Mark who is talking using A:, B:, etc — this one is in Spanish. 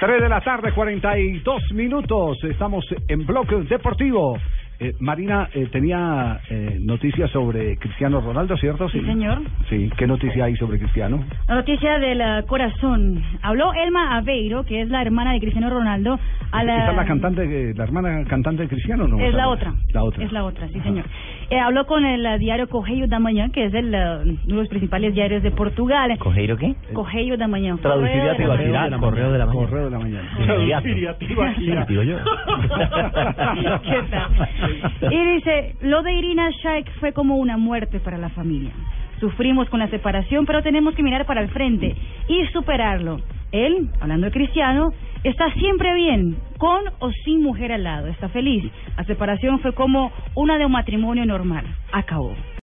A: 3 de la tarde, 42 minutos. Estamos en bloque deportivo. Eh, Marina eh, tenía eh, noticias sobre Cristiano Ronaldo, ¿cierto?
B: Sí, señor.
A: Sí, ¿qué noticia hay sobre Cristiano?
B: La noticia del eh, corazón. Habló Elma Aveiro, que es la hermana de Cristiano Ronaldo. A la...
A: ¿Está la cantante, de- la hermana cantante de Cristiano no?
B: Es la
A: ¿Sabes?
B: otra.
A: La otra.
B: Es la otra, sí,
A: Ajá.
B: señor. Eh, habló con el eh, diario Correio da Manhã, que es el, eh, uno de los principales diarios de Portugal.
C: ¿Cogeiro qué?
B: Correio da Manhã.
C: Traduciría
B: Correo de la
C: Tibaquirá, correo de la mañana.
A: Correo de la mañana.
C: Inmediato.
B: Tibaquirá.
C: Digo yo.
B: Mañana. ¿Qué tal? Y dice, lo de Irina Shayk fue como una muerte para la familia. Sufrimos con la separación, pero tenemos que mirar para el frente y superarlo. Él, hablando de Cristiano, está siempre bien, con o sin mujer al lado, está feliz. La separación fue como una de un matrimonio normal. Acabó.